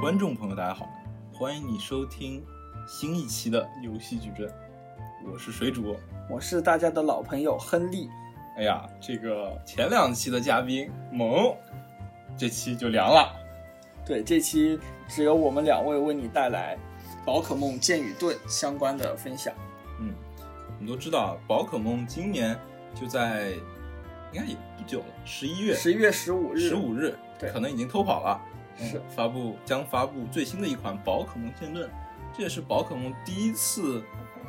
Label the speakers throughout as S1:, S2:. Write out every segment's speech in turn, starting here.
S1: 观众朋友，大家好，欢迎你收听新一期的游戏矩阵，我是水主。
S2: 我是大家的老朋友亨利。
S1: 哎呀，这个前两期的嘉宾萌，这期就凉了。
S2: 对，这期只有我们两位为你带来宝可梦剑与盾相关的分享。
S1: 嗯，我们都知道，宝可梦今年就在，应该也不久了，十一月
S2: 十一月十五日，
S1: 十五日，
S2: 对
S1: 可能已经偷跑了。嗯
S2: 是
S1: 发布将发布最新的一款宝可梦剑盾，这也是宝可梦第一次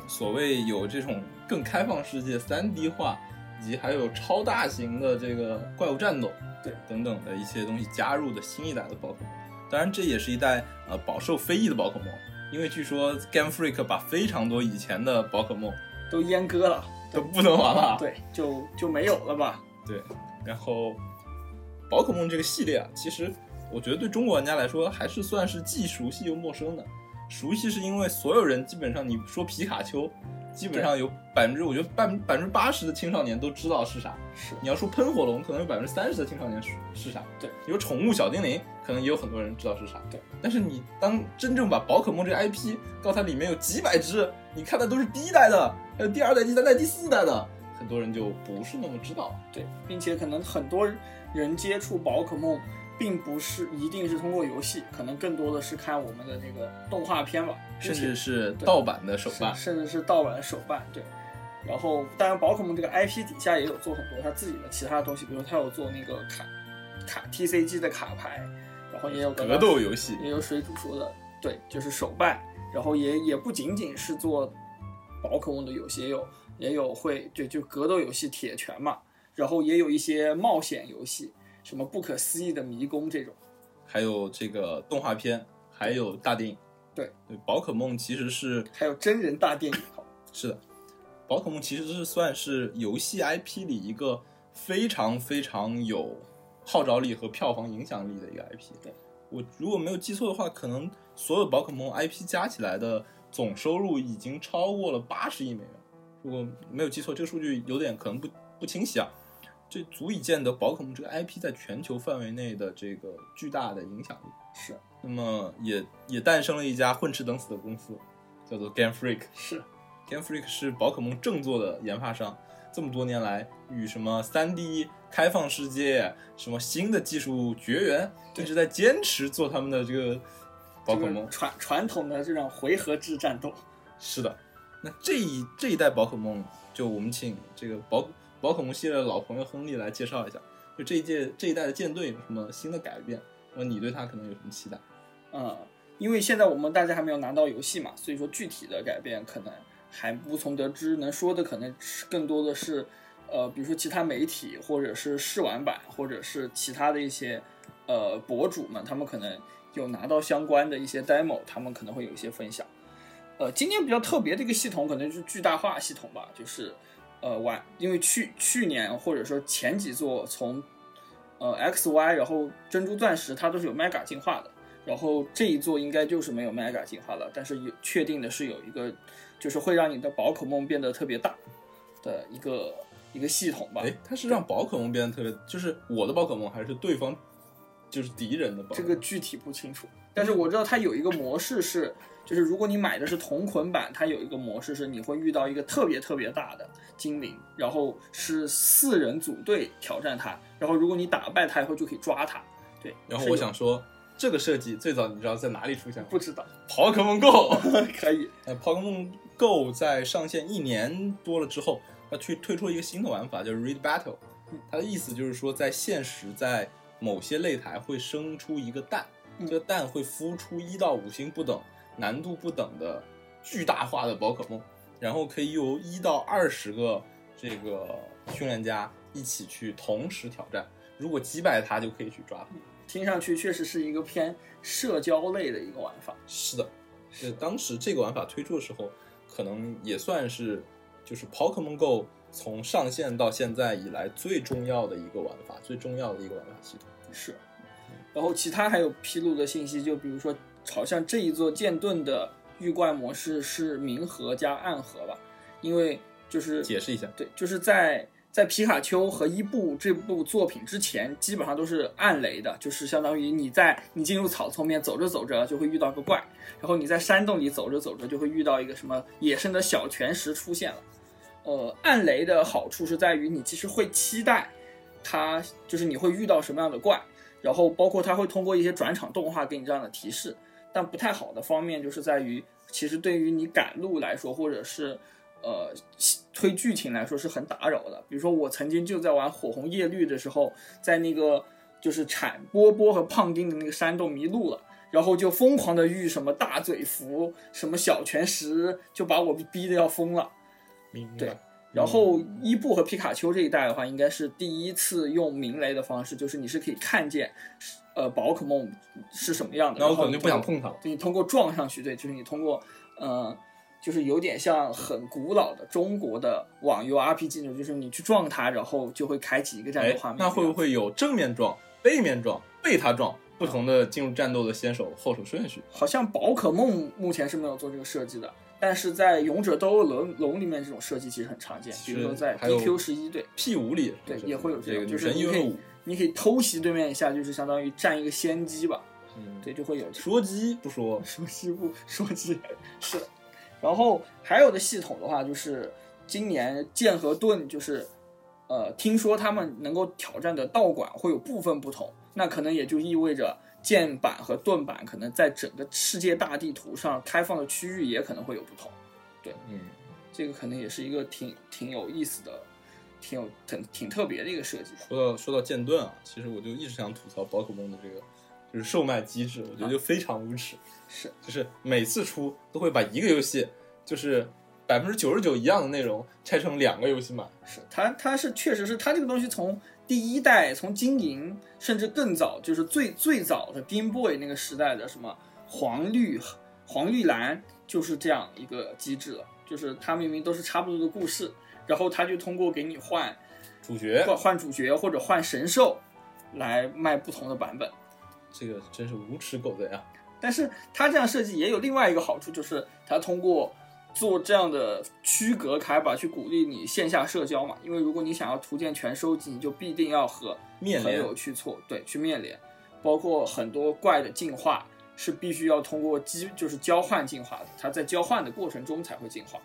S1: 所谓有这种更开放世界、三 D 化，以及还有超大型的这个怪物战斗，
S2: 对
S1: 等等的一些东西加入的新一代的宝可梦。当然，这也是一代呃饱受非议的宝可梦，因为据说 Game Freak 把非常多以前的宝可梦
S2: 都阉割了，
S1: 都不能玩了。
S2: 对，就就没有了吧？
S1: 对，然后宝可梦这个系列啊，其实我觉得对中国玩家来说还是算是既熟悉又陌生的。熟悉是因为所有人基本上你说皮卡丘，基本上有百分之我觉得百百分之八十的青少年都知道是啥。
S2: 是
S1: 你要说喷火龙，可能有百分之三十的青少年是是啥。
S2: 对，
S1: 有宠物小精灵，可能也有很多人知道是啥。
S2: 对，
S1: 但是你当真正把宝可梦这个 IP 告诉它里面有几百只，你看的都是第一代的，还有第二代、第三代、第四代的，很多人就不是那么知道了。
S2: 对，并且可能很多人接触宝可梦，并不是一定是通过游戏，可能更多的是看我们的这个动画片吧，
S1: 甚
S2: 并且
S1: 至是盗版的手办
S2: 是。甚至是盗版手办，对。然后，当然，宝可梦这个 IP 底下也有做很多他自己的其他的东西，比如他有做那个卡卡 TCG 的卡牌，然后也有
S1: 格斗游戏
S2: 也有水煮说的，对，就是手办。然后也也不仅仅是做宝可梦的游戏，也有也有会对就格斗游戏铁拳嘛，然后也有一些冒险游戏，什么不可思议的迷宫这种。
S1: 还有这个动画片，还有大电影。
S2: 对，
S1: 宝可梦其实是
S2: 还有真人大电影，
S1: 是的，宝可梦其实是算是游戏 IP 里一个非常非常有号召力和票房影响力的一个 IP。
S2: 对，
S1: 我如果没有记错的话，可能所有宝可梦 IP 加起来的总收入已经超过了八十亿美元。如果没有记错，这个数据有点可能不不清晰啊。这足以见得宝可梦这个 IP 在全球范围内的这个巨大的影响力。
S2: 是
S1: 那么也也诞生了一家混吃等死的公司，叫做 Game Freak。
S2: 是
S1: Game Freak 是宝可梦正作的研发商，这么多年来与什么 3D 开放世界、什么新的技术绝缘，一
S2: 对
S1: 直在坚持做他们的这个宝可
S2: 这
S1: 梦
S2: 个。传传统的这种回合制战斗。
S1: 是的，那这一这一代宝可梦，就我们请这个宝宝可梦系列的老朋友亨利来介绍一下，就这一届这一代的舰队有什么新的改变，然后你对它可能有什么期待？
S2: 嗯，因为现在我们大家还没有拿到游戏嘛，所以说具体的改变可能还无从得知，能说的可能是更多的是，呃，比如说其他媒体或者是试玩版，或者是其他的一些呃博主们，他们可能有拿到相关的一些 demo，他们可能会有一些分享。呃，今年比较特别的一个系统可能就是巨大化系统吧，就是呃玩，因为去去年或者说前几座从呃 X Y 然后珍珠钻石它都是有 Mega 进化的。然后这一座应该就是没有 Mega 进化了，但是有确定的是有一个，就是会让你的宝可梦变得特别大的一个一个系统吧。
S1: 哎，它是让宝可梦变得特别，就是我的宝可梦还是对方，就是敌人的宝可
S2: 这
S1: 梦？
S2: 个具体不清楚，但是我知道它有一个模式是，就是如果你买的是同捆版，它有一个模式是你会遇到一个特别特别大的精灵，然后是四人组队挑战它，然后如果你打败它以后就可以抓它。对，
S1: 然后
S2: 是
S1: 我
S2: 有
S1: 想说，这个设计最早你知道在哪里出现吗？
S2: 不知道，
S1: 宝可梦 Go，
S2: 可以
S1: 呃，宝可梦 Go 在上线一年多了之后，它推推出了一个新的玩法，叫 Read Battle
S2: 嗯。
S1: 它的意思就是说，在现实，在某些擂台会生出一个蛋，
S2: 嗯
S1: 这个蛋会孵出一到五星不等、难度不等的巨大化的宝可梦，然后可以由一到二十个这个训练家一起去同时挑战，如果击败它就可以去抓它。
S2: 听上去确实是一个偏社交类的一个玩法。
S1: 是的，就当时这个玩法推出的时候，可能也算是就是 Pokemon Go 从上线到现在以来最重要的一个玩法，最重要的一个玩法系统。
S2: 是，
S1: 嗯
S2: 然后其他还有披露的信息，就比如说，好像这一座剑盾的遇怪模式是明和加暗和吧，因为就是
S1: 解释一下，
S2: 对，就是在在皮卡丘和伊布这部作品之前，基本上都是暗雷的，就是相当于你在你进入草丛里面走着走着就会遇到个怪，然后你在山洞里走着走着就会遇到一个什么野生的小泉石出现了。呃，暗雷的好处是在于你其实会期待它，就是你会遇到什么样的怪，然后包括它会通过一些转场动画给你这样的提示。但不太好的方面就是在于，其实对于你赶路来说，或者是呃推剧情来说是很打扰的。比如说，我曾经就在玩《火红叶绿》的时候，在那个就是铲波波和胖丁的那个山洞迷路了，然后就疯狂的遇什么大嘴蝠、什么小拳石，就把我逼得要疯了。
S1: 明白。
S2: 对然后伊布和皮卡丘这一代的话，应该是第一次用鸣雷的方式，就是你是可以看见，呃，宝可梦是什么样的。
S1: 那我
S2: 然
S1: 可
S2: 后
S1: 能就不想碰它了。
S2: 对你通过撞上去，对，就是你通过，呃，就是有点像很古老的中国的网游 RPG 那种，就是你去撞它，然后就会开启一个战
S1: 哎
S2: 斗画面。
S1: 那会不会有正面撞、背面撞、被他撞不同的进入战斗的先手后手顺序？
S2: 好像宝可梦目前是没有做这个设计的，但是在勇者斗恶龙龙里面这种设计其实很常见，比如说在
S1: 还有
S2: DQ 十一对。
S1: P 五里
S2: 对
S1: 是不是
S2: 也会有这
S1: 这
S2: 种
S1: 个女
S2: 就是
S1: 神
S2: 你
S1: 一
S2: 可以
S1: 问五，
S2: 你可以偷袭对面一下，就是相当于占一个先机吧，
S1: 嗯，
S2: 对，就会有这
S1: 说鸡不说，
S2: 说西部说鸡是的。然后还有的系统的话，就是今年剑和盾就是，呃，听说他们能够挑战的道馆会有部分不同，那可能也就意味着剑版和盾版可能在整个世界大地图上开放的区域也可能会有不同，
S1: 嗯，
S2: 这个可能也是一个挺挺有意思的，挺有挺挺特别的一个设计吧。
S1: 说到说到剑盾啊，其实我就一直想吐槽宝可梦的这个就是售卖机制，我觉得就非常无耻。
S2: 是，
S1: 就是每次出都会把一个游戏，就是百分之九十九一样的内容拆成两个游戏买。
S2: 是它，它是确实是它这个东西从第一代，从经营，甚至更早，就是最最早的 Game Boy 那个时代的什么黄绿黄绿蓝，就是这样一个机制了。就是它明明都是差不多的故事，然后它就通过给你换
S1: 主角
S2: 换换主角或者换神兽来卖不同的版本。
S1: 这个真是无耻狗贼啊！
S2: 但是它这样设计也有另外一个好处，就是它通过做这样的区隔开吧，去鼓励你线下社交嘛。因为如果你想要图鉴全收集，你就必定要和
S1: 面
S2: 朋
S1: 连
S2: 友去错对去面连，包括很多怪的进化是必须要通过机就是交换进化的，它在交换的过程中才会进化。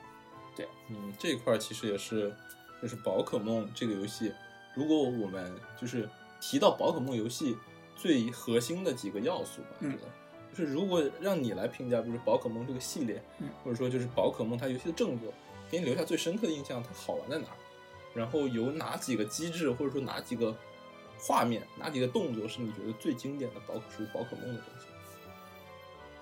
S1: 嗯，这一块儿其实也是，就是宝可梦这个游戏，如果我们就是提到宝可梦游戏最核心的几个要素吧，
S2: 嗯
S1: 我觉得就是如果让你来评价，比如宝可梦这个系列，
S2: 嗯
S1: 或者说就是宝可梦它游戏的正作，给你留下最深刻的印象，它好玩在哪儿？然后有哪几个机制，或者说哪几个画面、哪几个动作是你觉得最经典的宝可属于宝可梦的东西？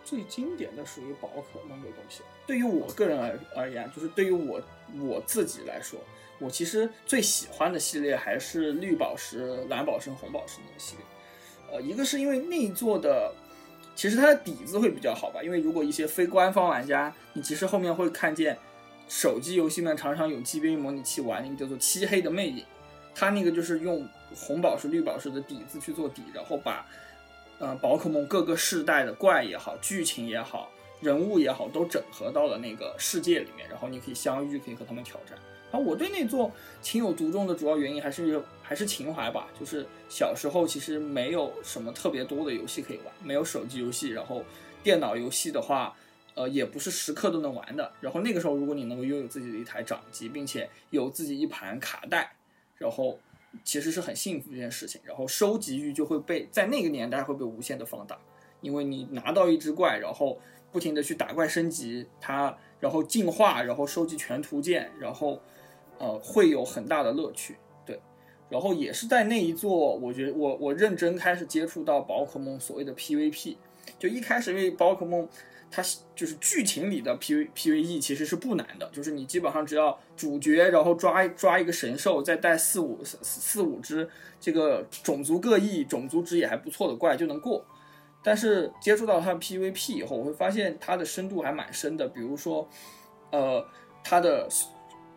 S2: 最经典的属于宝可梦的东西。对于我个人而而言，就是对于我我自己来说，我其实最喜欢的系列还是绿宝石、蓝宝石、红宝石那个系列。呃，一个是因为那一座的，其实它的底子会比较好吧，因为如果一些非官方玩家，你其实后面会看见手机游戏们常常有机杯模拟器玩那个叫做《漆黑的魅影》，它那个就是用红宝石、绿宝石的底子去做底，然后把呃宝可梦各个世代的怪也好、剧情也好、人物也好，都整合到了那个世界里面，然后你可以相遇，可以和他们挑战。然后我对那座情有独钟的主要原因还是还是情怀吧，就是小时候其实没有什么特别多的游戏可以玩，没有手机游戏，然后电脑游戏的话，呃，也不是时刻都能玩的。然后那个时候，如果你能够拥有自己的一台掌机，并且有自己一盘卡带，然后其实是很幸福的一件事情。然后收集欲就会被在那个年代会被无限的放大，因为你拿到一只怪，然后不停的去打怪升级它，然后进化，然后收集全图鉴，然后呃会有很大的乐趣。对，然后也是在那一座，我觉得我我认真开始接触到宝可梦所谓的 PVP。就一开始因为宝可梦它是就是剧情里的 P V P V E 其实是不难的，就是你基本上只要主角，然后抓抓一个神兽，再带四五四四五只这个种族各异、种族值也还不错的怪就能过。但是接触到它的 PVP 以后，我会发现它的深度还蛮深的。比如说，呃，它的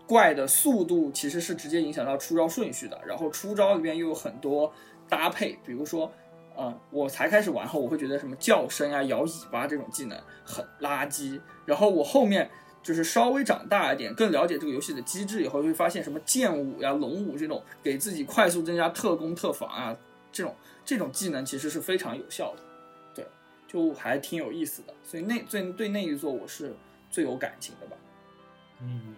S2: 怪的速度其实是直接影响到出招顺序的，然后出招里面又有很多搭配，比如说，呃，我才开始玩后，我会觉得什么叫声啊、摇尾巴这种技能很垃圾，然后我后面就是稍微长大一点，更了解这个游戏的机制以后，会发现什么剑舞呀、龙舞这种给自己快速增加特攻、特防啊，这种这种技能其实是非常有效的，对，就还挺有意思的。所以那最对那一座我是最有感情的吧。
S1: 嗯，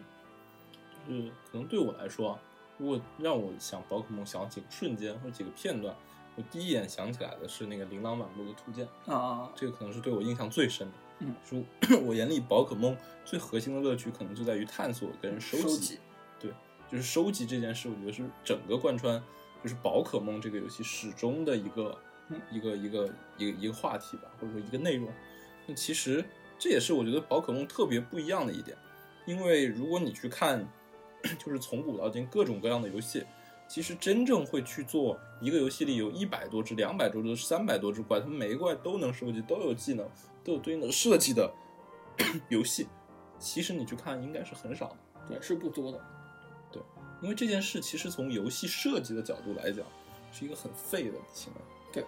S1: 就是可能对我来说啊，如果让我想宝可梦想几个瞬间或者几个片段，我第一眼想起来的是那个琳琅满目的兔剑，
S2: 啊，
S1: 这个可能是对我印象最深的。
S2: 嗯，
S1: 是我 眼里宝可梦最核心的乐趣，可能就在于探索跟收
S2: 收
S1: 集，就是收集这件事，我觉得是整个贯穿就是宝可梦这个游戏始终的一个、
S2: 嗯
S1: 一个一个一个一个话题吧，或者说一个内容。那其实这也是我觉得宝可梦特别不一样的一点，因为如果你去看， 就是从古到今各种各样的游戏，其实真正会去做一个游戏里有一百多只、两百多只、三百多只怪，它们每一怪都能收集，都有技能，都有对应的设计的 游戏，其实你去看应该是很少的。
S2: 对，是不多的。
S1: 因为这件事其实从游戏设计的角度来讲，是一个很废的行为。
S2: 对，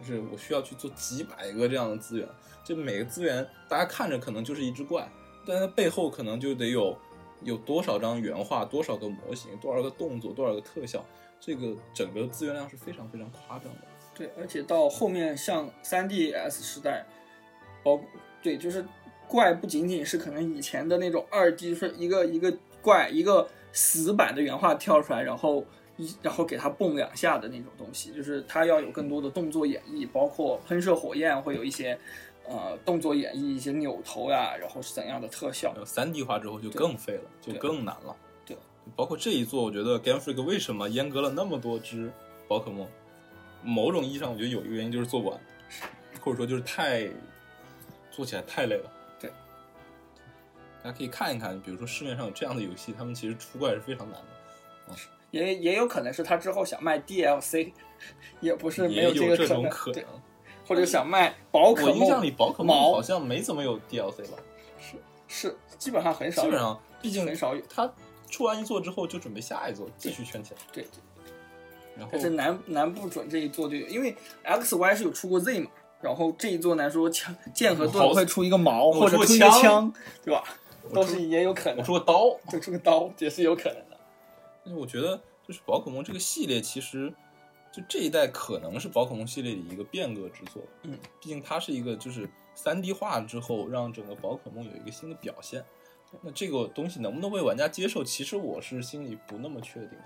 S1: 就是我需要去做几百个这样的资源，这每个资源大家看着可能就是一只怪，但它背后可能就得有有多少张原画、多少个模型、多少个动作、多少个特效，这个整个资源量是非常非常夸张的。
S2: 对，而且到后面像3 DS 时代，包对，就是怪不仅仅是可能以前的那种二 D 是一个一个怪一个死板的原画跳出来，然后一然后给它蹦两下的那种东西，就是它要有更多的动作演绎，包括喷射火焰会有一些呃动作演绎，一些扭头呀、然后是怎样的特效。
S1: 呃，三 D 化之后就更废了，就
S2: 对
S1: 更难了。
S2: 对，
S1: 包括这一座，我觉得 Game Freak 为什么阉割了那么多只宝可梦，某种意义上我觉得有一个原因就是做不完，或者说就是太做起来太累了。
S2: 对，
S1: 大家可以看一看，比如说市面上有这样的游戏，他们其实出怪是非常难的，
S2: 也也有可能是他之后想卖 DLC，也不是没
S1: 也
S2: 这个
S1: 这种
S2: 能，
S1: 可
S2: 对
S1: 能，。
S2: 或者想卖宝可
S1: 我
S2: 梦。
S1: 印象里宝可梦
S2: 毛
S1: 好像没怎么有 DLC 吧，
S2: 是基本上很少
S1: 基
S2: 有，
S1: 本上，毕竟
S2: 很少有。
S1: 它出完一座之后就准备下一座继续圈钱，
S2: 对，
S1: 然后
S2: 但是南南不准这一座就有，因为 X Y 是有出过 Z 嘛，然后这一座难说枪剑和盾会出一个矛
S1: 我
S2: 或者
S1: 出
S2: 出一个
S1: 枪
S2: 枪，对吧？
S1: 我
S2: 都
S1: 出
S2: 是也有可
S1: 我
S2: 能，
S1: 出个刀，
S2: 就出个刀也是有可能的。
S1: 但是我觉得，就是宝可梦这个系列，其实就这一代可能是宝可梦系列里一个变革之作。
S2: 嗯，
S1: 毕竟它是一个就是三 D 化之后，让整个宝可梦有一个新的表现。那这个东西能不能被玩家接受，其实我是心里不那么确定的。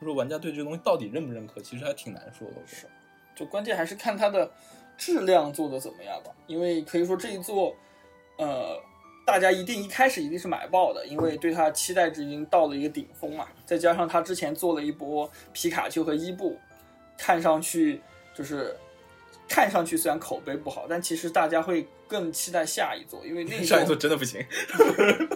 S1: 就说玩家对这个东西到底认不认可，其实还挺难说的。我觉得
S2: 就关键还是看它的质量做的怎么样吧，因为可以说这一座，呃，大家一定一开始一定是买爆的，因为对它期待值已经到了一个顶峰嘛，再加上它之前做了一波皮卡丘和伊布，看上去就是看上去虽然口碑不好，但其实大家会更期待 下一座，因为那一
S1: 上一座真的不 行。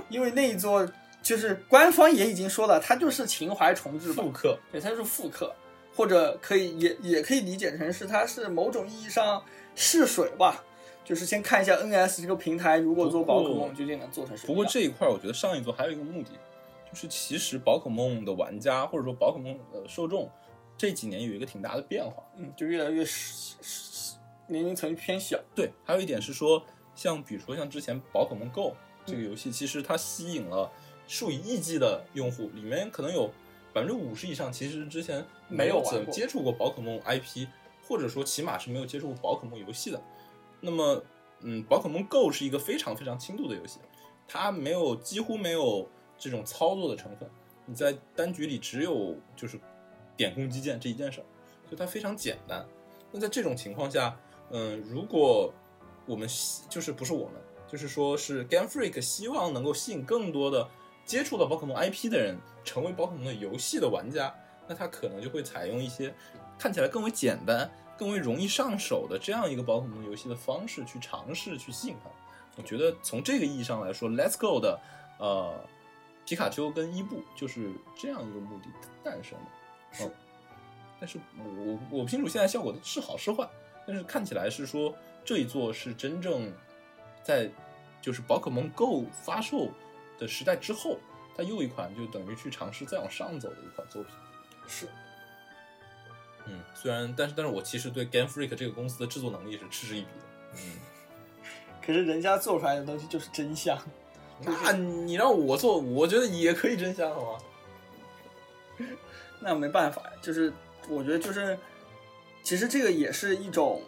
S2: 因为那一座就是官方也已经说了，它就是情怀重置版
S1: 复。刻，
S2: 对，它是复刻，或者可以也也可以理解成是它是某种意义上试水吧，就是先看一下 NS 这个平台，如果做宝可
S1: 不过
S2: 梦究竟能做成什
S1: 哦
S2: 么样。
S1: 不过这一块，我觉得上一座还有一个目的，就是其实宝可梦的玩家或者说宝可梦的受众，这几年有一个挺大的变化。
S2: 嗯，就越来越是是年龄层偏小，
S1: 对，还有一点是说，像比如说像之前宝可梦 Go 这个游戏，其实它吸引了数以亿计的用户，里面可能有百分之五十以上其实之前
S2: 没有玩
S1: 怎么
S2: 过
S1: 接触过宝可梦 IP，或者说起码是没有接触过宝可梦游戏的。那么，嗯，宝可梦 Go 是一个非常非常轻度的游戏，它没有几乎没有这种操作的成分，你在单局里只有就是点攻击键这一件事儿，就它非常简单。那在这种情况下，嗯，如果我们希就是不是我们，就是说是 Game Freak 希望能够吸引更多的接触到宝可梦 IP 的人，成为宝可梦的游戏的玩家，那他可能就会采用一些看起来更为简单、更为容易上手的这样一个宝可梦游戏的方式去尝试去吸引他。我觉得从这个意义上来说，Let's Go 的呃皮卡丘跟伊布就是这样一个目的诞生的。
S2: 是
S1: 嗯但是我我我不清楚现在效果是好是坏，但是看起来是说这一座是真正在就是宝可梦 Go 发售的时代之后，它又一款就等于去尝试再往上走的一款作品。
S2: 是
S1: 嗯，虽然但是但是我其实对 Game Freak 这个公司的制作能力是嗤之以鼻的。嗯，
S2: 可是人家做出来的东西就是真相，
S1: 那你让我做，我觉得也可以真香，好吗？
S2: 那没办法，就是我觉得就是，其实这个也是一种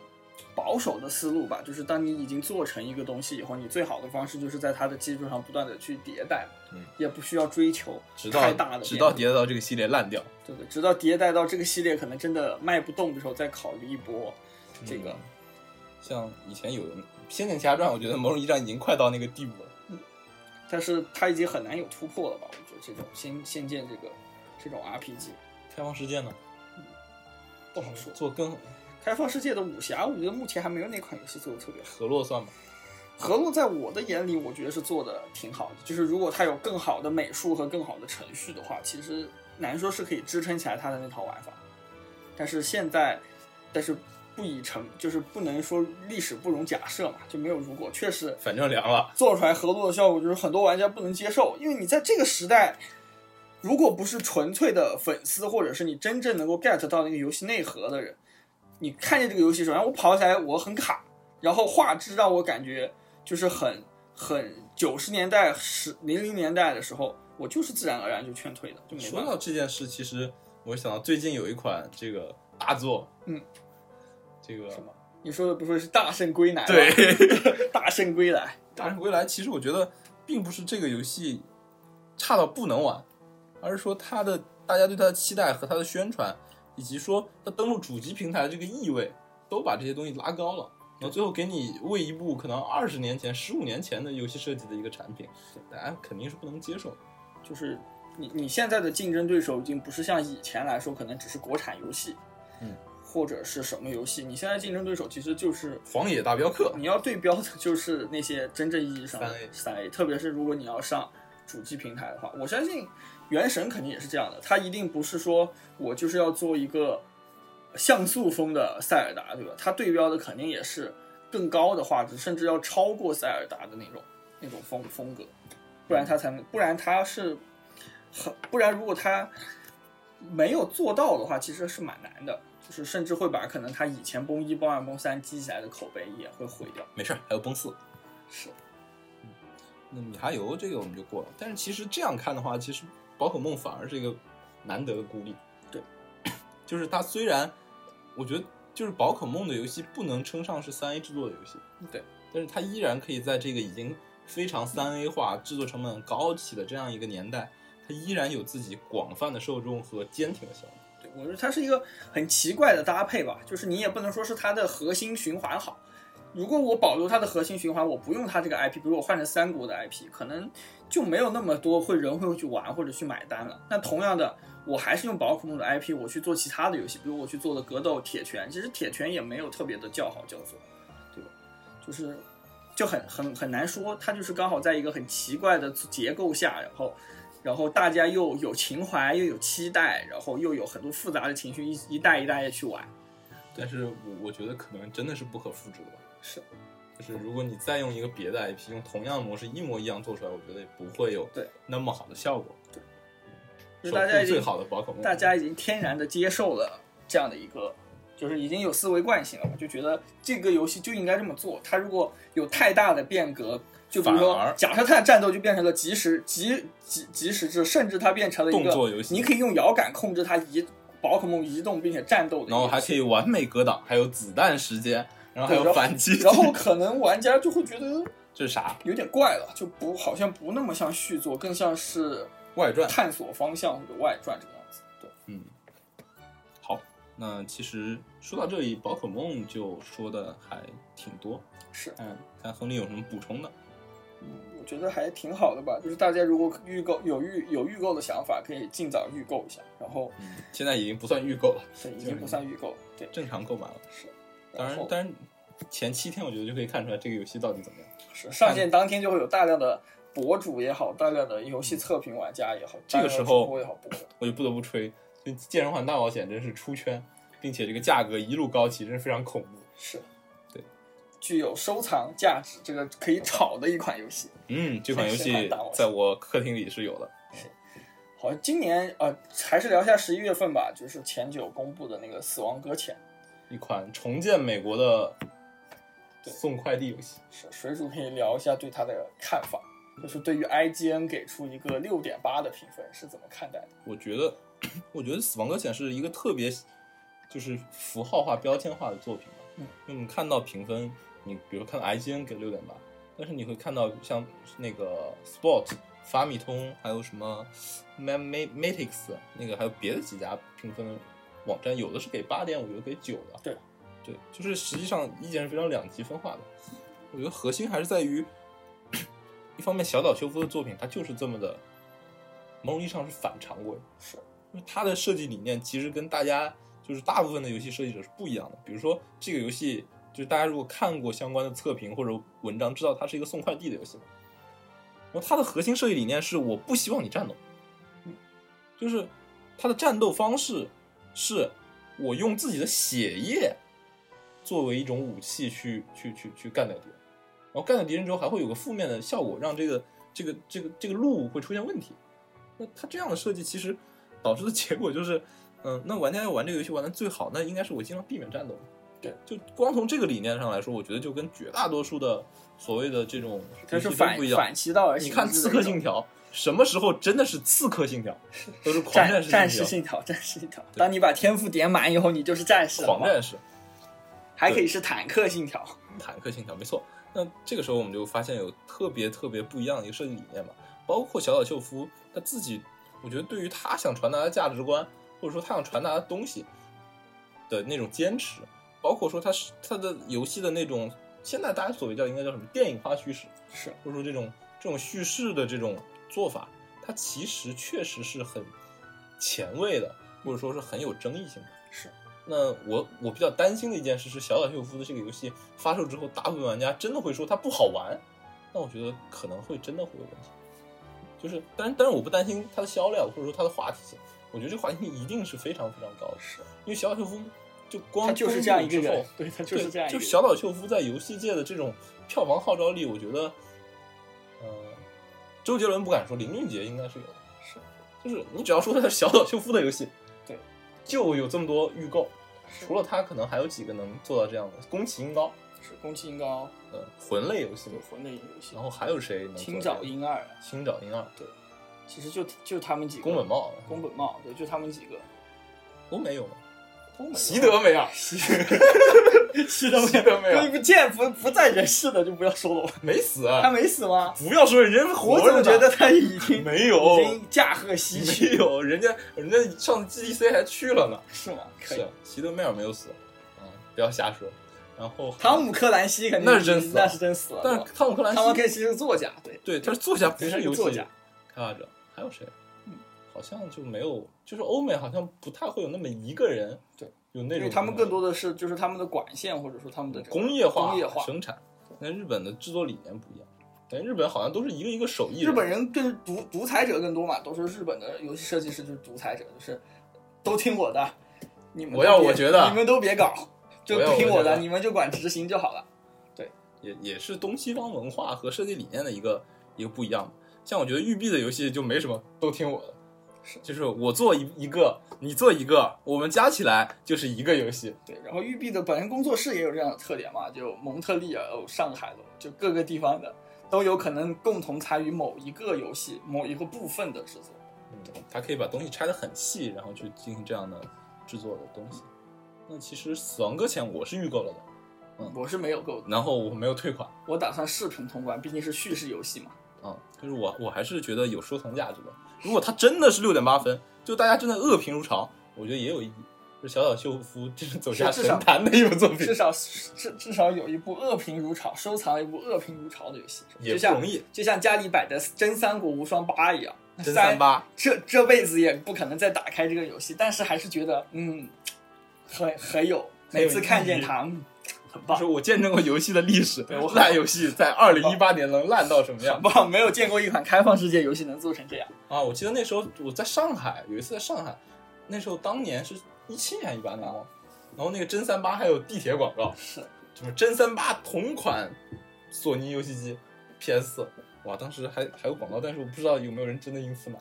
S2: 保守的思路吧。就是当你已经做成一个东西以后，你最好的方式就是在它的基础上不断的去迭代，
S1: 嗯
S2: 也不需要追求
S1: 直
S2: 太
S1: 到
S2: 大的变化，
S1: 直到迭代到这个系列烂掉，
S2: 对对，直到迭代到这个系列可能真的卖不动的时候，再考虑一波这个。
S1: 嗯像以前有《仙剑奇侠传》，我觉得《魔兽一战》已经快到那个地步了。
S2: 但是它已经很难有突破了吧？我觉得这种仙仙剑这个这种 RPG
S1: 开放世界呢，
S2: 不好说。
S1: 做更
S2: 开放世界的武侠，我觉得目前还没有哪款游戏做的特别好。
S1: 河洛算吗？
S2: 河洛在我的眼里，我觉得是做的挺好的。就是如果它有更好的美术和更好的程序的话，其实难说是可以支撑起来它的那套玩法。但是现在，但是不以成，就是不能说历史不容假设嘛，就没有如果。确实，
S1: 反正凉了，
S2: 做出来合作的效果，就是很多玩家不能接受，因为你在这个时代，如果不是纯粹的粉丝，或者是你真正能够 get 到那个游戏内核的人，你看见这个游戏，首先我跑起来我很卡，然后画质让我感觉就是很很九十年代十零零年代的时候，我就是自然而然就劝退的，就没
S1: 说
S2: 办法。
S1: 到这件事，其实我想到最近有一款这个大作，
S2: 嗯，
S1: 这个
S2: 什么你说的不会是大圣归来吧？
S1: 对，
S2: 大圣归来，
S1: 《大圣归来》，其实我觉得并不是这个游戏差到不能玩，而是说它的大家对它的期待和它的宣传，以及说它登陆主机平台的这个意味，都把这些东西拉高了。然后最后给你喂一部可能二十年前、十五年前的游戏设计的一个产品，大家肯定是不能接受的。
S2: 就是你你现在的竞争对手已经不是像以前来说，可能只是国产游戏，
S1: 嗯，
S2: 或者是什么游戏。你现在竞争对手其实就是
S1: 荒野大镖客，
S2: 你要对标的就是那些真正意义上的
S1: 三 A
S2: 三 A，特别是如果你要上主机平台的话，我相信《原神》肯定也是这样的，它一定不是说我就是要做一个像素风的塞尔达，对吧？它对标的肯定也是更高的画质，甚至要超过塞尔达的那种那种风风格，不然它才能，不然它是很，不然如果它没有做到的话，其实是蛮难的。就是甚至会把可能它以前崩一、崩二、崩三积起来的口碑也会毁掉。
S1: 没事儿，还有崩四。
S2: 是，
S1: 那米哈游这个我们就过了。但是其实这样看的话，其实宝可梦反而是一个难得的孤立。
S2: 对，
S1: 就是它虽然我觉得就是宝可梦的游戏不能称上是三 A 制作的游戏，
S2: 对，
S1: 但是它依然可以在这个已经非常三 A 化、制作成本很高起的这样一个年代，它依然有自己广泛的受众和坚挺的效应。
S2: 对，我觉得它是一个很奇怪的搭配吧，就是你也不能说是它的核心循环好。如果我保留它的核心循环，我不用它这个 IP，比如我换成三国的 IP，可能就没有那么多会人会去玩或者去买单了。那同样的，我还是用宝可梦的 IP，我去做其他的游戏，比如我去做的格斗铁拳，其实铁拳也没有特别的叫好叫座，对吧？就是就很很很难说，它就是刚好在一个很奇怪的结构下，然后然后大家又有情怀，又有期待，然后又有很多复杂的情绪，一一代一代的去玩。
S1: 但是我我觉得可能真的是不可复制的吧。
S2: 是
S1: 就是如果你再用一个别的 IP，用同样的模式一模一样做出来，我觉得也不会有
S2: 对
S1: 那么好的效果。嗯
S2: 就
S1: 守
S2: 是大家
S1: 护
S2: 已
S1: 最
S2: 经
S1: 好的宝可梦，
S2: 大家已经天然的接受了这样的一个，就是已经有思维惯性了吧，就觉得这个游戏就应该这么做。它如果有太大的变革，就比如
S1: 反
S2: 说
S1: 而，
S2: 假设它的战斗就变成了即时即即即时制，甚至它变成了一个
S1: 动作游戏
S2: 你可以用摇杆控制它移宝可梦移动并且战斗的一个游
S1: 然
S2: 戏，
S1: 后还可以完美格挡，还有子弹时间，然后还
S2: 对然后
S1: 有反击，
S2: 然后可能玩家就会觉得
S1: 这是啥
S2: 有点怪了，就不好像不那么像续作，更像是
S1: 外传？
S2: 探索方向或者外传这个样子。对，
S1: 嗯，好，那其实说到这里，宝可梦就说的还挺多。
S2: 是，嗯
S1: 嗯，看亨利有什么补充的？
S2: 我觉得还挺好的吧。就是大家如果预购有预有预购的想法，可以尽早预购一下。然后，
S1: 嗯，现在已经不算预购了，
S2: 对，已经不算预购了，对。
S1: 正常购买了。当然
S2: 然后，
S1: 当然前七天我觉得就可以看出来这个游戏到底怎么样。
S2: 是上线当天就会有大量的博主也好，大量的游戏测评玩家也好，
S1: 这个
S2: 大量的
S1: 时
S2: 主
S1: 候
S2: 播也好，博主
S1: 我就不得不吹，这《健身环大冒险》真是出圈，并且这个价格一路高起，真是非常恐怖。
S2: 是，
S1: 对，
S2: 具有收藏价值，这个可以炒的一款游戏。
S1: 嗯，这款游
S2: 健
S1: 戏
S2: 身环大冒险
S1: 在我客厅里是有的。
S2: 好像今年呃，还是聊一下十一月份吧，就是前九公布的那个《死亡搁浅
S1: 一款重建美国的送快递游戏。》，
S2: 是水主可以聊一下对它的看法。就是对于 IGN 给出一个六点八的评分是怎么看待的？
S1: 我觉得， 我觉得《死亡搁浅》是一个特别就是符号化、标签化的作品吧。
S2: 嗯，
S1: 因为你看到评分，你比如看 IGN 给六点八，但是你会看到像那个 Sport、法米通，还有什么 Ma- Ma- Matix 那个，还有别的几家评分网站，有的是给八点五，有的给九的。
S2: 对，
S1: 对，就是实际上意见是非常两极分化的。我觉得核心还是在于，一方面小岛修夫的作品，它就是这么的，某种意义上是反常规。
S2: 是，
S1: 因为它的设计理念其实跟大家就是大部分的游戏设计者是不一样的。比如说这个游戏，就是大家如果看过相关的测评或者文章，知道它是一个送快递的游戏嘛。然后它的核心设计理念是我不希望你战斗，就是它的战斗方式是我用自己的血液作为一种武器去去去去干掉敌人，然后干掉敌人之后还会有个负面的效果，让这个这个这个这个路会出现问题。那它这样的设计其实导致的结果就是，嗯，那玩家要玩这个游戏玩的最好，那应该是我尽量避免战斗。
S2: 对，
S1: 就光从这个理念上来说，我觉得就跟绝大多数的所谓的这种
S2: 它是
S1: 游戏都
S2: 反
S1: 不一样。
S2: 反其道而行
S1: 你
S2: 之
S1: 看《
S2: 的一
S1: 刺客信
S2: 种
S1: 条》，什么时候真的是刺客信条，都是狂
S2: 战
S1: 战士
S2: 战士
S1: 信
S2: 信条，战士信条。当你把天赋点满以后，你就是战士
S1: 条，
S2: 了。
S1: 狂
S2: 好
S1: 战士、
S2: 吧还可以是坦克信条。
S1: 坦克信条，没错。那这个时候我们就发现有特别特别不一样的一个设计理念嘛，包括小岛秀夫他自己，我觉得对于他想传达的价值观，或者说他想传达的东西的那种坚持，包括说他是他的游戏的那种，现在大家所谓叫应该叫什么电影化叙事，
S2: 是
S1: 或者说这种这种叙事的这种做法，它其实确实是很前卫的，或者说是很有争议性的。
S2: 是，
S1: 那我我比较担心的一件事是，小岛秀夫的这个游戏发售之后，大部分玩家真的会说它不好玩，那我觉得可能会真的会有问题。就是，但是但是我不担心它的销量，或者说它的话题性，我觉得这个话题性一定是非常非常高的，
S2: 是，
S1: 因为小岛秀夫就光
S2: 他就是这样一个
S1: 公布之后
S2: 人，对他就是这样一
S1: 对就
S2: 个人。
S1: 小岛秀夫在游戏界的这种票房号召力，我觉得，呃，周杰伦不敢说，林俊杰应该是有的。
S2: 是，
S1: 就是你只要说它是小岛秀夫的游戏，
S2: 对，
S1: 就有这么多预购。
S2: 是
S1: 除了他，可能还有几个能做到这样的，宫崎英高，
S2: 是宫崎英高，
S1: 呃，魂类游戏嘛
S2: 对，魂类游戏
S1: 然，后还有谁能做
S2: 青
S1: 这样
S2: 沼英二，
S1: 青沼英二，
S2: 其实就就他们几个。
S1: 宫本茂，啊
S2: 宫本茂，对，就他们几个。
S1: 都没有吗？
S2: 宫本
S1: 习得没 有？
S2: 习习得
S1: 习得没有
S2: 对不见不不在人世的就不要说了，
S1: 啊没死，啊
S2: 他没死吗？
S1: 不要说人家活
S2: 我
S1: 着
S2: 怎
S1: 呢
S2: 么觉得他已经
S1: 没有
S2: 已经驾鹤西去
S1: 没有，人家人家上次 GDC 还去了呢。
S2: 是吗？可以
S1: 是，，席德迈尔没有死，啊、不要瞎说。然后，
S2: 汤姆·克兰西肯定
S1: 那是真死了
S2: 那是真死了。
S1: 但
S2: 对吧
S1: 是汤姆克兰西
S2: 汤姆·克兰西是作家，对，
S1: 对，他是作家，不
S2: 对他
S1: 是
S2: 是
S1: 游戏
S2: 作家
S1: 开发者。还有谁？好像就没有，就是欧美好像不太会有那么一个人，
S2: 对，
S1: 有那
S2: 因
S1: 种
S2: 为
S1: 嗯
S2: 他们更多的是就是他们的管线或者说他们的这个
S1: 工业化
S2: 工业化。
S1: 生产。但日本的制作理念不一样，但日本好像都是一个一个手艺
S2: 日本人更独独裁者更多嘛，都说日本的游戏设计师就是独裁者，就是都听我的，你们都
S1: 我要
S2: 别
S1: 我觉得
S2: 你们都别搞，就
S1: 我要
S2: 不听
S1: 我觉
S2: 的，
S1: 得
S2: 你们就管执行就好了。
S1: 也也是东西方文化和设计理念的一个一个不一样。像我觉得育碧的游戏就没什么，都听我的，
S2: 是
S1: 就是我做一一个，你做一个，我们加起来就是一个游戏。
S2: 对，然后育碧的本身工作室也有这样的特点嘛，就蒙特利尔、哦上海的，就各个地方的都有可能共同参与某一个游戏、某一个部分的制作。
S1: 嗯，它可以把东西拆得很细，然后去进行这样的制作的东西。那其实《死亡搁浅》我是预购了的，
S2: 我是没有购的，
S1: 然后我没有退款
S2: 我打算视频通关，毕竟是叙事游戏嘛。
S1: 啊、就是我我还是觉得有收藏价值的。如果它真的是六点八分，就大家真的恶评如潮，我觉得也有意义。就是小岛秀夫这是走下神
S2: 是至少
S1: 坛的一部作品
S2: 至，少至至少有一部恶评如潮，收藏了一部恶评如潮的游戏，
S1: 也
S2: 就
S1: 不
S2: 像
S1: 容易。
S2: 就像家里摆的《真三国无双八》一样，
S1: 真三八，
S2: 这这辈子也不可能再打开这个游戏，但是还是觉得嗯，很很有，
S1: 很有
S2: 每次看见它，嗯很棒
S1: 就是，我见证过游戏的历史
S2: 对我，很
S1: 烂游戏在二零一八年能烂到什么样
S2: 很棒， 没有见过一款开放世界游戏能做成这样。
S1: 啊？我记得那时候我在上海，有一次在上海，那时候当年是一七年一八年哦，然后那个真三八还有地铁广告，
S2: 是，
S1: 什么真三八同款索尼游戏机 PS 四，哇，当时还还有广告，但是我不知道有没有人真的因此买，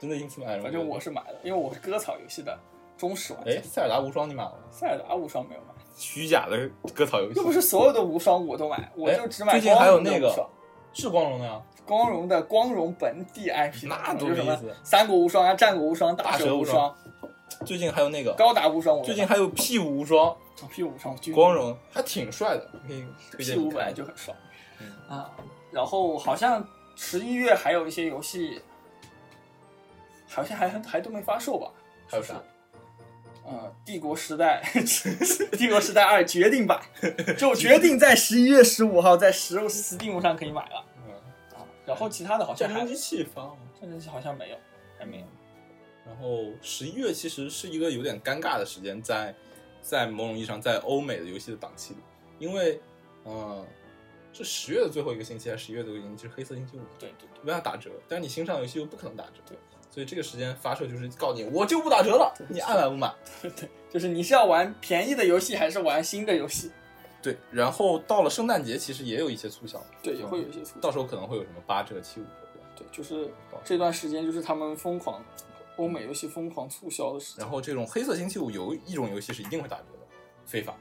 S1: 真的因此买了。
S2: 反正我是买的，因为我是割草游戏的忠实玩
S1: 哎，
S2: 家。
S1: 塞尔达无双你买了吗？
S2: 塞尔达无双没有买，
S1: 虚假的割草游戏
S2: 又，不是所有的无双我都买，我就只买
S1: 哎最近还有
S2: 光荣的
S1: 那个
S2: 无双
S1: 是光荣的呀，
S2: 光荣的光荣本地 IP，
S1: 那
S2: 就
S1: 多没
S2: 是什
S1: 意
S2: 么
S1: 思！
S2: 三国无双啊、战国无双、
S1: 大
S2: 蛇
S1: 蛇
S2: 无
S1: 无
S2: 双
S1: 双、最近还有那个，
S2: 高达无双，我
S1: 最近还有 P 五无双，
S2: 啊 P 五上
S1: 光荣还挺帅的，可以推
S2: P
S1: 荐你
S2: 五本来
S1: 看。
S2: 就很爽
S1: 嗯
S2: 啊。然后好像十一月还有一些游戏，好像还还都没发售吧？
S1: 还有啥？
S2: 呃，帝国时代， 帝国时代二决定版，就决定在十一月十五号在十 Steam 上可以买了
S1: 嗯，
S2: 啊。然后其他的好像
S1: 战
S2: 还
S1: 争机器发了吗。
S2: 战争机好像没有，还没有。
S1: 然后十一月其实是一个有点尴尬的时间，在在某种意义上，在欧美的游戏的档期里，因为嗯，是十月的最后一个星期还是十一月的最后一个星期是黑色星期五，
S2: 对对对，
S1: 没法打折，但是你新上的游戏又不可能打折，对，所以这个时间发售就是告诉你，我就不打折了，你爱买不买。
S2: 就是你是要玩便宜的游戏还是玩新的游戏？
S1: 对，然后到了圣诞节，其实也有一些促销，
S2: 对，也会有一些促销。
S1: 到时候可能会有什么八折、七五折这样。
S2: 对，就是这段时间就是他们疯狂欧美游戏疯狂促销的时间
S1: 然。后这种黑色星期五有一种游戏是一定会打折的，非法，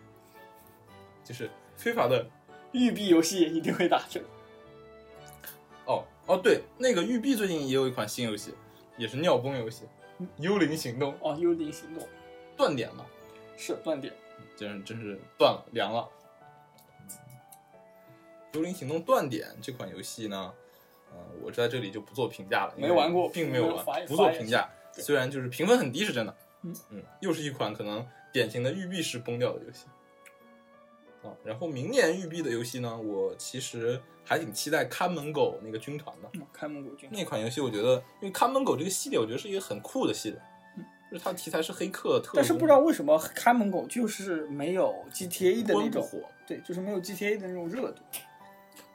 S1: 就是非法的
S2: 育碧游戏也一定会打折。
S1: 哦哦，对，那个育碧最近也有一款新游戏，也是尿崩游戏，《幽灵行动》
S2: 哦，《幽灵行动》
S1: 断点嘛，
S2: 是断点，
S1: 真是真是断了凉了。《幽灵行动：断点》这款游戏呢，嗯、我在这里就不做评价了，因为
S2: 没玩过
S1: 并没有
S2: 没有法
S1: 玩，不做
S2: 法也
S1: 评价。
S2: 是
S1: 虽然就是评分很低是真的，
S2: 嗯
S1: 嗯，又是一款可能典型的育碧式崩掉的游戏啊。然后明年育碧的游戏呢，我其实还挺期待看门狗那个军团的。
S2: 嗯开蒙古军。
S1: 那款游戏，我觉得因为看门狗这个系列，我觉得是一个很酷的系列，就是它的题材是黑客特工，
S2: 嗯但是不知道为什么看门狗就是没有 GTA 的那
S1: 温不
S2: 种，
S1: 火。
S2: 对，就是没有 GTA 的那种热度。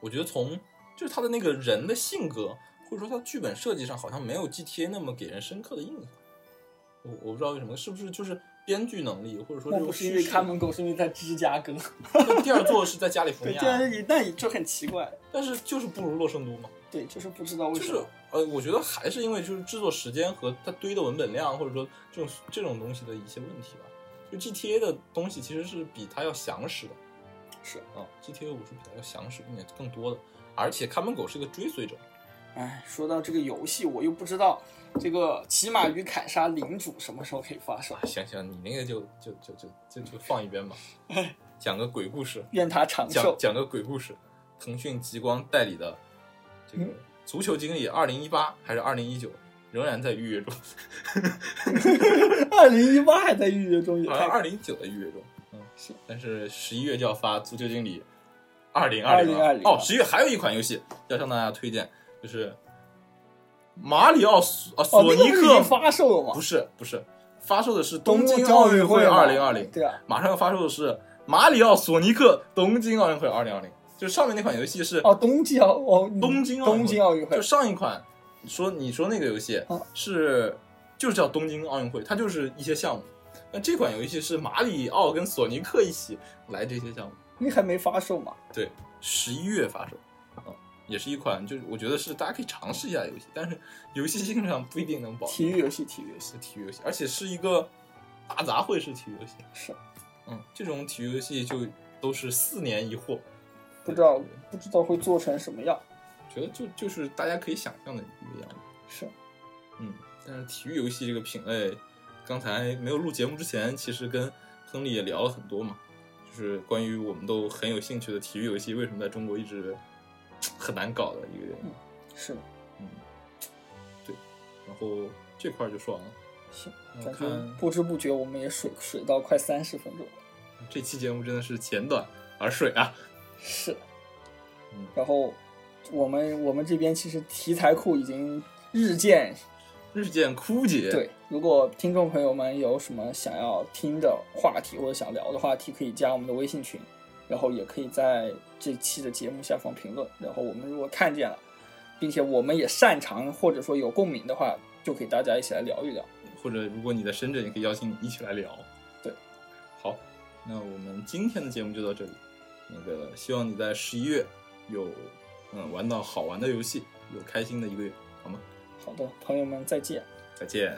S1: 我觉得从就是他的那个人的性格，或者说他剧本设计上，好像没有 GTA 那么给人深刻的印象。我我不知道为什么，是不是就是编剧能力，或者说
S2: 莫
S1: 这
S2: 不
S1: 种
S2: 是因为看
S1: 看门
S2: 门狗是因为在芝加哥？
S1: 第二座是在加利福尼
S2: 对，这样
S1: 亚，
S2: 也那也就很奇怪。
S1: 但是就是不如洛圣都嘛。
S2: 对，就是不知道为
S1: 就
S2: 什
S1: 是
S2: 么。
S1: 呃，我觉得还是因为就是制作时间和它堆的文本量，或者说这种这种东西的一些问题吧。就 GTA 的东西其实是比它要详实的，
S2: 是
S1: 啊，GTA 五是比它要详实并且更多的，而且看门狗是个追随者，
S2: 哎，说到这个游戏，我又不知道这个《骑马与砍杀：领主》什么时候可以发售
S1: 啊，，行行，你那个就就就就就就放一边 吧，讲个鬼故事，
S2: 愿它长
S1: 讲
S2: 寿。
S1: 讲个鬼故事，腾讯极光代理的这个足球经理，二零一八还是二零一九，仍然在预约 中，
S2: 二零一八还在预约中，也
S1: 好像
S2: 太
S1: 二零一九的预约中，嗯，
S2: 是，
S1: 但是十一月就要发《足球经理二零零
S2: 2020
S1: 哦，十一月还有一款游戏要向大家推荐，就是马里奥索啊
S2: 哦，
S1: 索
S2: 那个
S1: 尼
S2: 不是已
S1: 克，
S2: 经发售了吗
S1: 不？是不是，发售的是
S2: 东
S1: 东京
S2: 京
S1: 奥
S2: 运
S1: 运会
S2: 嘛
S1: 二零二零，
S2: 对啊，
S1: 马上要发售的是马里奥索尼克东京奥运会二零二零，就是上面那款游戏是
S2: 哦，冬季奥哦，嗯
S1: 东京奥运会
S2: 东京奥运会
S1: 就，上一款，你说你说那个游戏
S2: 哦
S1: 是就是叫东京奥运会，它就是一些项目。那这款游戏是马里奥跟索尼克一起来这些项目，
S2: 那还没发售嘛？
S1: 十一月发售，嗯，也是一款就是我觉得是大家可以尝试一下的游戏，但是游戏性上不一定能保
S2: 体育游戏，体育游戏
S1: 是体育游戏，而且是一个大杂烩式体育游戏。
S2: 是，
S1: 嗯，这种体育游戏就都是四年一货，
S2: 不知道不知道会做成什么样。
S1: 觉得就就是大家可以想象的一个样子。
S2: 是，
S1: 嗯，但是体育游戏这个品类，刚才没有录节目之前，其实跟亨利也聊了很多嘛，就是关于我们都很有兴趣的体育游戏为什么在中国一直很难搞的一个原因。
S2: 是的，
S1: 嗯，对，然后这块儿就说完了。
S2: 行，
S1: 我
S2: 感觉
S1: 看
S2: 不知不觉我们也水水到快三十分钟了。
S1: 这期节目真的是简短而水啊。
S2: 是的，
S1: 嗯
S2: 然后我们我们这边其实题材库已经日渐
S1: 日渐枯竭。，
S2: 对，如果听众朋友们有什么想要听的话题或者想聊的话题，可以加我们的微信群，然后也可以在这期的节目下方评论。然后我们如果看见了，并且我们也擅长或者说有共鸣的话，就可以大家一起来聊一聊。
S1: 或者如果你在深圳，也可以邀请你一起来聊。
S2: 对，
S1: 好，那我们今天的节目就到这里。那个，希望你在十一月有嗯玩到好玩的游戏，有开心的一个月，好吗？
S2: 好的，朋友们再见。
S1: 再见。